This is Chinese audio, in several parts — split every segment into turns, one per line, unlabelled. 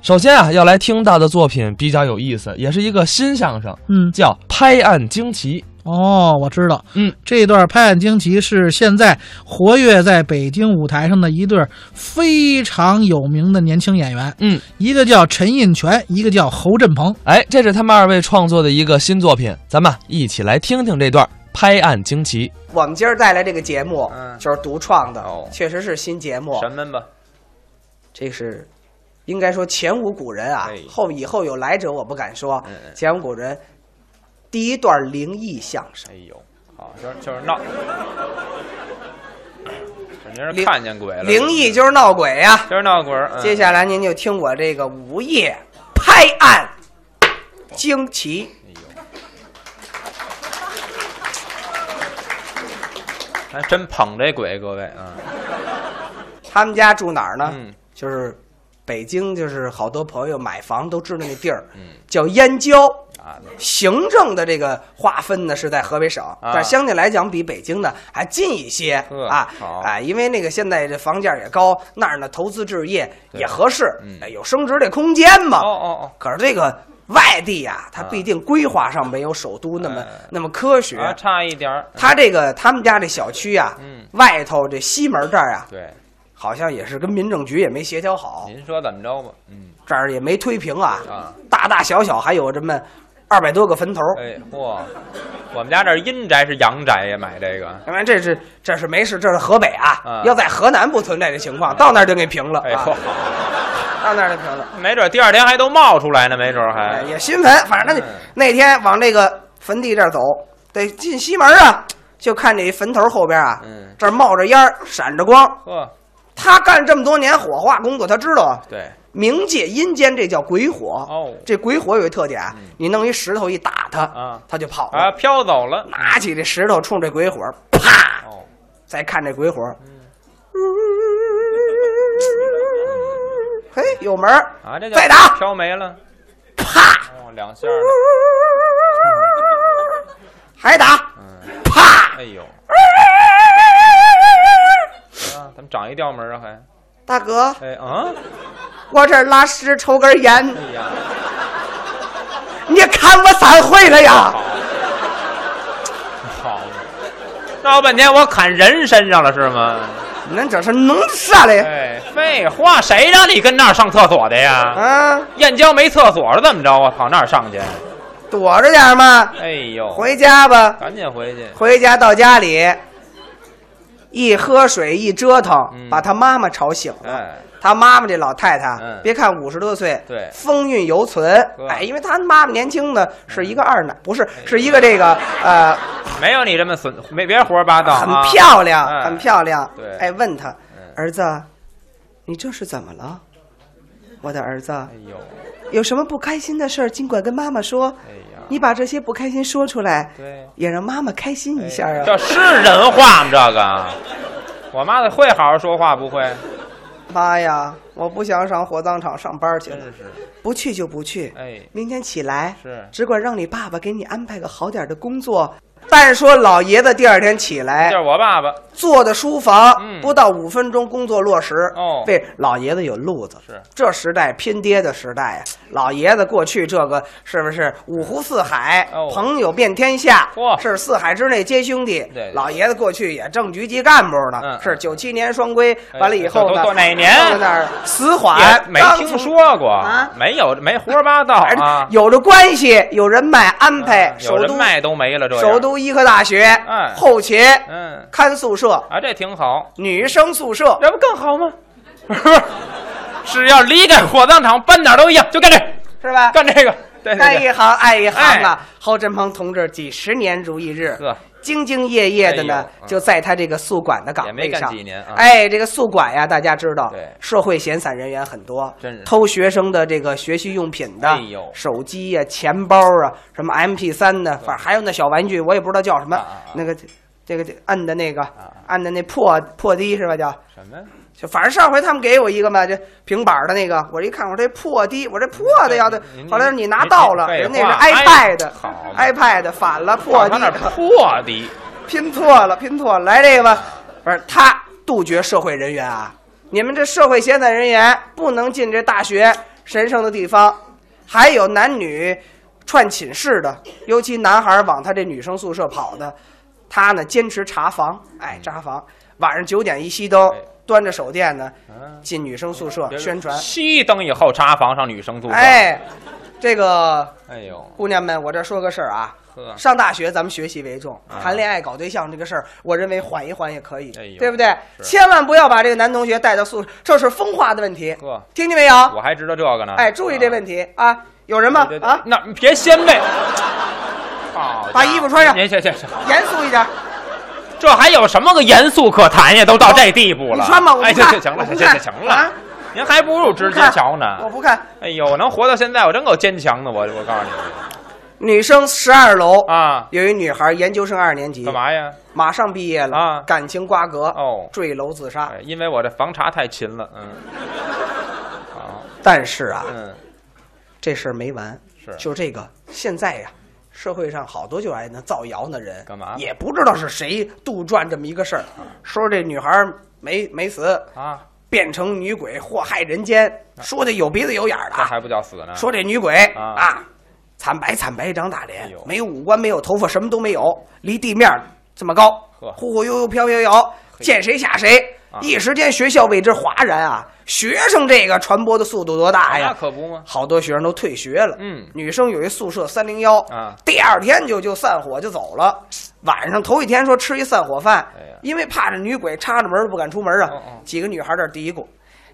首先啊，要来听到的作品比较有意思，也是一个新相声，
嗯，
叫《拍案惊奇》。
哦，我知道，
嗯，
这段拍案惊奇是现在活跃在北京舞台上的一对非常有名的年轻演员，
嗯，
一个叫陈印泉，一个叫侯振鹏。
哎，这是他们二位创作的一个新作品，咱们啊一起来听听这段拍案惊奇。
我们今儿带来这个节目，
嗯
就是独创的，
哦
确实是新节目。
咱们吧，
这是应该说前无古人啊，
哎
后以后有来者我不敢说，
嗯嗯
前无古人。第一段灵异相声，
哎呦，啊，就是就是闹，肯定是
灵
看见鬼了，
灵异就是闹鬼啊。
今儿闹鬼儿。嗯
接下来您就听我这个午夜拍案惊奇。
哎呦，还真捧这鬼，各位啊，
他们家住哪儿呢？
嗯，
就是北京，就是好多朋友买房都知道那地儿，
嗯
叫燕郊。
啊，
行政的这个划分呢是在河北省，但相对来讲比北京呢还近一些
啊呵
啊
好
啊，因为那个现在这房价也高，那儿呢投资置业也合适，
嗯
哎有升值的空间嘛。
哦哦
可是这个外地呀、它
啊
毕竟规划上没有首都那么、
哎
那么科学。
哦，啊，差一点儿，
他这个他们家这小区啊，
嗯
外头这西门这儿啊，
对，
好像也是跟民政局也没协调好，
您说怎么着吧，嗯
这儿也没推平啊，
哎啊，
大大小小还有这么二百多个坟头。
哎嚯，我们家这儿阴宅是阳宅呀，买这个，
当然这是这是没事，这是河北啊，
啊
要在河南不存在这情况，到那儿就给平了，
哎
啊
嚯，
到那儿就平了，
没准儿第二天还都冒出来呢，没准儿
哎
还，
也新坟，反正那、
嗯
那天往这个坟地这儿走，得进西门啊，就看这坟头后边啊，
嗯
这儿冒着烟儿，闪着光。
呵，
他干这么多年火化工作，他知道啊，
对，
冥界阴间这叫鬼火。
哦嗯
这鬼火有一特点啊，你弄一石头一打它，
啊
它就跑了。
啊，飘走了，
拿起这石头冲这鬼火，啪！
哦，
再看这鬼火，
嗯
嘿，有门儿
啊，这就
再打
飘没了，
啪，
哦，两下儿了，
还打，
嗯，
啪！
哎呦，啊，怎么长一调门儿啊还？
大哥，
哎啊，
我这儿拉屎抽根
哎
烟，
呀，
你看我散会了呀？
好嘛，闹半天我砍人身上了是吗？
恁这是弄啥嘞？
哎，废话，谁让你跟那儿上厕所的呀？
啊，
燕郊没厕所了怎么着啊？跑那儿上去？
躲着点嘛，
哎呦，
回家吧。
赶紧回去。
回家到家里，一喝水一折腾，
嗯
把他妈妈吵醒了。
哎，
他妈妈这老太太，
嗯
别看五十多岁，
对
风韵犹存。
呵
哎，因为他妈妈年轻呢，是一个二奶，
哎
不是，是一个这个呃，
没有你这么损，没别胡说八道、啊。
很漂亮，
哎
很漂亮。
对
哎，问他
嗯
儿子，你这是怎么了？我的儿子
哎，呦，
有什么不开心的事儿，尽管跟妈妈说。
哎呀，
你把这些不开心说出来，
对。
也让妈妈开心一下啊！
哎这是人话吗？这个，我妈的会好好说话不会？
妈呀，我不想上火葬场上班去
真
了，
是，
不去就不去。
哎，
明天起来
是
只管让你爸爸给你安排个好点的工作。但是说老爷子第二天起来
就是我爸爸，
坐的书房，
嗯
不到五分钟工作落实。
哦
这老爷子有路子。
是
这时代拼爹的时代呀，老爷子过去这个是不是五湖四海，
哦
朋友遍天下，
嚯
是四海之内皆兄弟。
对
老爷子过去也正局级干部呢，
嗯
是九七年双规，
哎
完了以后
都
呢，
都哪年啊
放在那儿死缓
也，没
哎刚
听
从
说过，
啊
没有没胡说八道
而
啊，
有着关系，有人脉安排
啊，有
首
人
都
脉都没了，这样
首都医科大学
哎
后勤
嗯
看宿舍，
啊，这挺好，
女生宿舍，
这不更好 吗？只要离开火葬场，搬哪儿都一样，就干这，
是吧？
干这个，对
干一
对
行爱一行
哎
啊！侯振鹏同志几十年如一日，
呵
兢兢业业的呢
哎，呦嗯
就在他这个宿管的岗
也没
位
干
上。
几年啊
哎，这个宿管呀，大家知道
对，
社会闲散人员很多，
真是
偷学生的这个学习用品的
哎呦，
手机呀、钱包啊，什么 MP 三的，反正还有那小玩具，我也不知道叫什么
啊啊啊，
那个这个这摁的那个
啊
按的那破破滴是吧？叫。
对，什么呀？
就反正上回他们给我一个嘛，这平板儿的那个，我一看我这破的，我这破的要的
您，
后来你拿到了，
您
人
您
那
废
是
话
iPad，
哎好嘛
iPad 反了，破
他那
的，
破 的，
拼错了，拼错了，来这个吧，不是他杜绝社会人员啊，你们这社会闲散人员不能进这大学，神圣的地方，还有男女串寝室的，尤其男孩往他这女生宿舍跑的，他呢坚持查房，哎，查房，晚上九点一熄灯
嗯哎，
端着手电呢
嗯
进女生宿舍
别
宣传，
熄灯以后查房上女生宿舍。，
哎，这个
哎呦，
姑娘们，我这说个事儿啊。
呵，
上大学咱们学习为重，
啊
谈恋爱搞对象这个事儿，我认为缓一缓也可以，
哎呦
对不对？
是
千万不要把这个男同学带到宿舍，这是风化的问题，
呵，
听见没有？
我还知道这个呢。
哎，注意这问题啊！有人吗
对？对
啊，
那你别掀 呗。好家伙
把衣服穿上
您行行行，
严肃一点，
这还有什么个严肃可谈呀？都到这地步
你
了。
穿吧，我
哎，
不
行
看，
行行了，
我
行
不
行
看
行了
啊，，
您还不如直接瞧
我
呢。
不看。
哎呦，我能活到现在，我真够坚强的。我我告诉你
女生十二楼
啊，
有一女孩，研究生二年级
干，嘛呀？
马上毕业了
啊，
感情瓜葛，
哦，
坠楼自杀。
哎因为我这防查太勤了，嗯，好，
但是啊，
嗯，
这事儿没完，
是
就这个现在呀、社会上好多就爱那造谣的人，
干嘛
也不知道是谁杜撰这么一个事儿，说这女孩儿没没死，
啊，
变成女鬼祸害人间，说的有鼻子有眼儿的
这
啊，
还不叫死呢？
说这女鬼
啊
啊，惨白惨白一张大
哎
脸
呦，
没有五官，没有头发，什么都没有，离地面这么高，
呵
忽忽悠悠飘飘摇，见谁吓谁
啊。
一时间，学校为之哗然啊！学生这个传播的速度多大呀？
那可不吗？
好多学生都退学了。
嗯
女生有一宿舍三零幺
啊，
第二天就就散伙就走了。晚上头一天说吃一散伙饭，
哎呀
因为怕这女鬼插着门儿不敢出门啊。
哦哦
几个女孩儿这儿嘀咕：“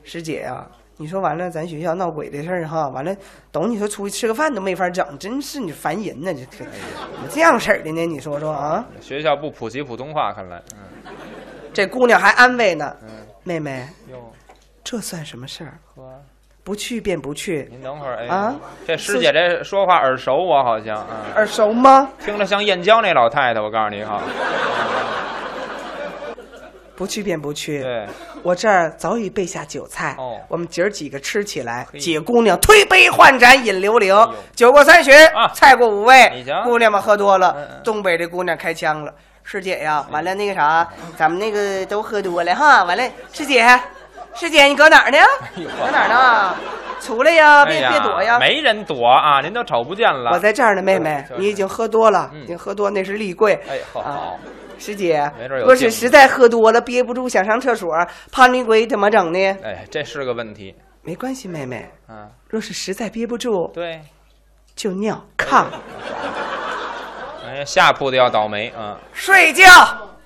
师姐呀、你说完了咱学校闹鬼这事儿哈，完了等你说出去吃个饭都没法整，真是你烦人呢、这这
哎
怎么这样式儿的呢？你说说啊？
学校不普及普通话，看来，嗯，
这姑娘还安慰呢，
嗯
妹妹，
哟
这算什么事儿？
呵，
不去便不去，
您等会儿，哎，
啊
这师姐这说话耳熟，我好像，嗯，
耳熟吗？
听着像燕郊那老太太，我告诉你哈，
不去便不去。”
对，
我这儿早已备下酒菜，
哦
我们姐儿几个吃起来。
嘿
姐姑娘推杯换盏饮流零，
哎呦
酒过三巡，
啊
菜过五味。
你瞧
姑娘们喝多了，
嗯嗯
东北这姑娘开腔了：“师姐呀，完了那个啥，咱们那个都喝多了哈，完了，师姐，师姐你搁哪儿呢？
呦
搁哪儿 呢？出来呀，
哎
别、别躲呀！
没人躲啊，您都瞅不见了，
我在这儿呢，妹妹，
就是
你已经喝多了，
嗯
已经喝多，那是立柜。
哎好
啊
好，
师姐
没准，有
若是
镜子
实在喝多了，憋不住想上厕所，怕女鬼怎么整呢？
哎，这是个问题，
没关系，妹妹，
嗯，
若是实在憋不住，
对，
就尿炕
哎呀，下铺的要倒霉，嗯，
睡觉，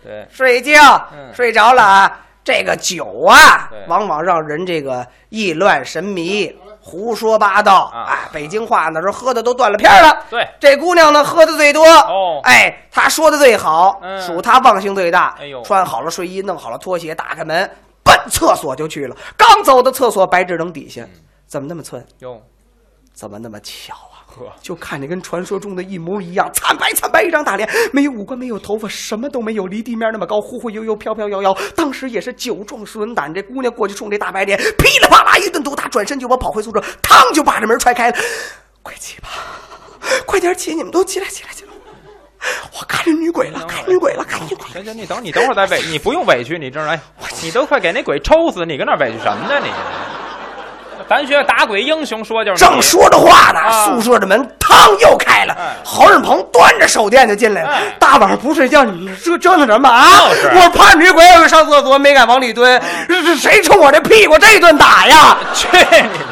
对，
睡觉，
嗯
睡着了啊。这个酒啊
对，嗯
往往让人这个意乱神迷、胡说八道
啊
哎，北京话那时候喝的都断了片儿了。
对，
这姑娘呢，喝的最多
哦
哎，她说的最好，
嗯
属她忘性最大。
哎呦
穿好了睡衣，弄好了拖鞋，打开门奔厕所就去了。刚走到厕所，白炽灯底
嗯
下，怎么那么寸？
哟，
怎么那么巧啊？
呵，
就看着跟传说中的一模一样，惨白惨白一张大脸，没有五官，没有头发，什么都没有，离地面那么高，忽忽悠悠，飘飘摇摇。当时也是酒壮怂人胆，这姑娘过去冲这大白脸噼里啪啦一顿毒打，转身就往跑回宿舍，嘡就把这门踹开了。快起吧，快点起，你们都起来，起来，起来！我看着女鬼了，看女鬼了，看女鬼了！
行行，你等你等会儿再委，你不用委屈，你这哎，你都快给那鬼抽死，你跟那儿委屈什么呢你？咱学打鬼英雄说就是
正说着话呢，
啊
宿舍的门嘡又开了
哎。
郝振鹏端着手电就进来了
哎，
大晚上不睡觉，你这折腾什么啊？
就是啊
我怕女鬼，我上厕所没敢往里蹲，这这谁冲我这屁股这一顿打呀？
去你的！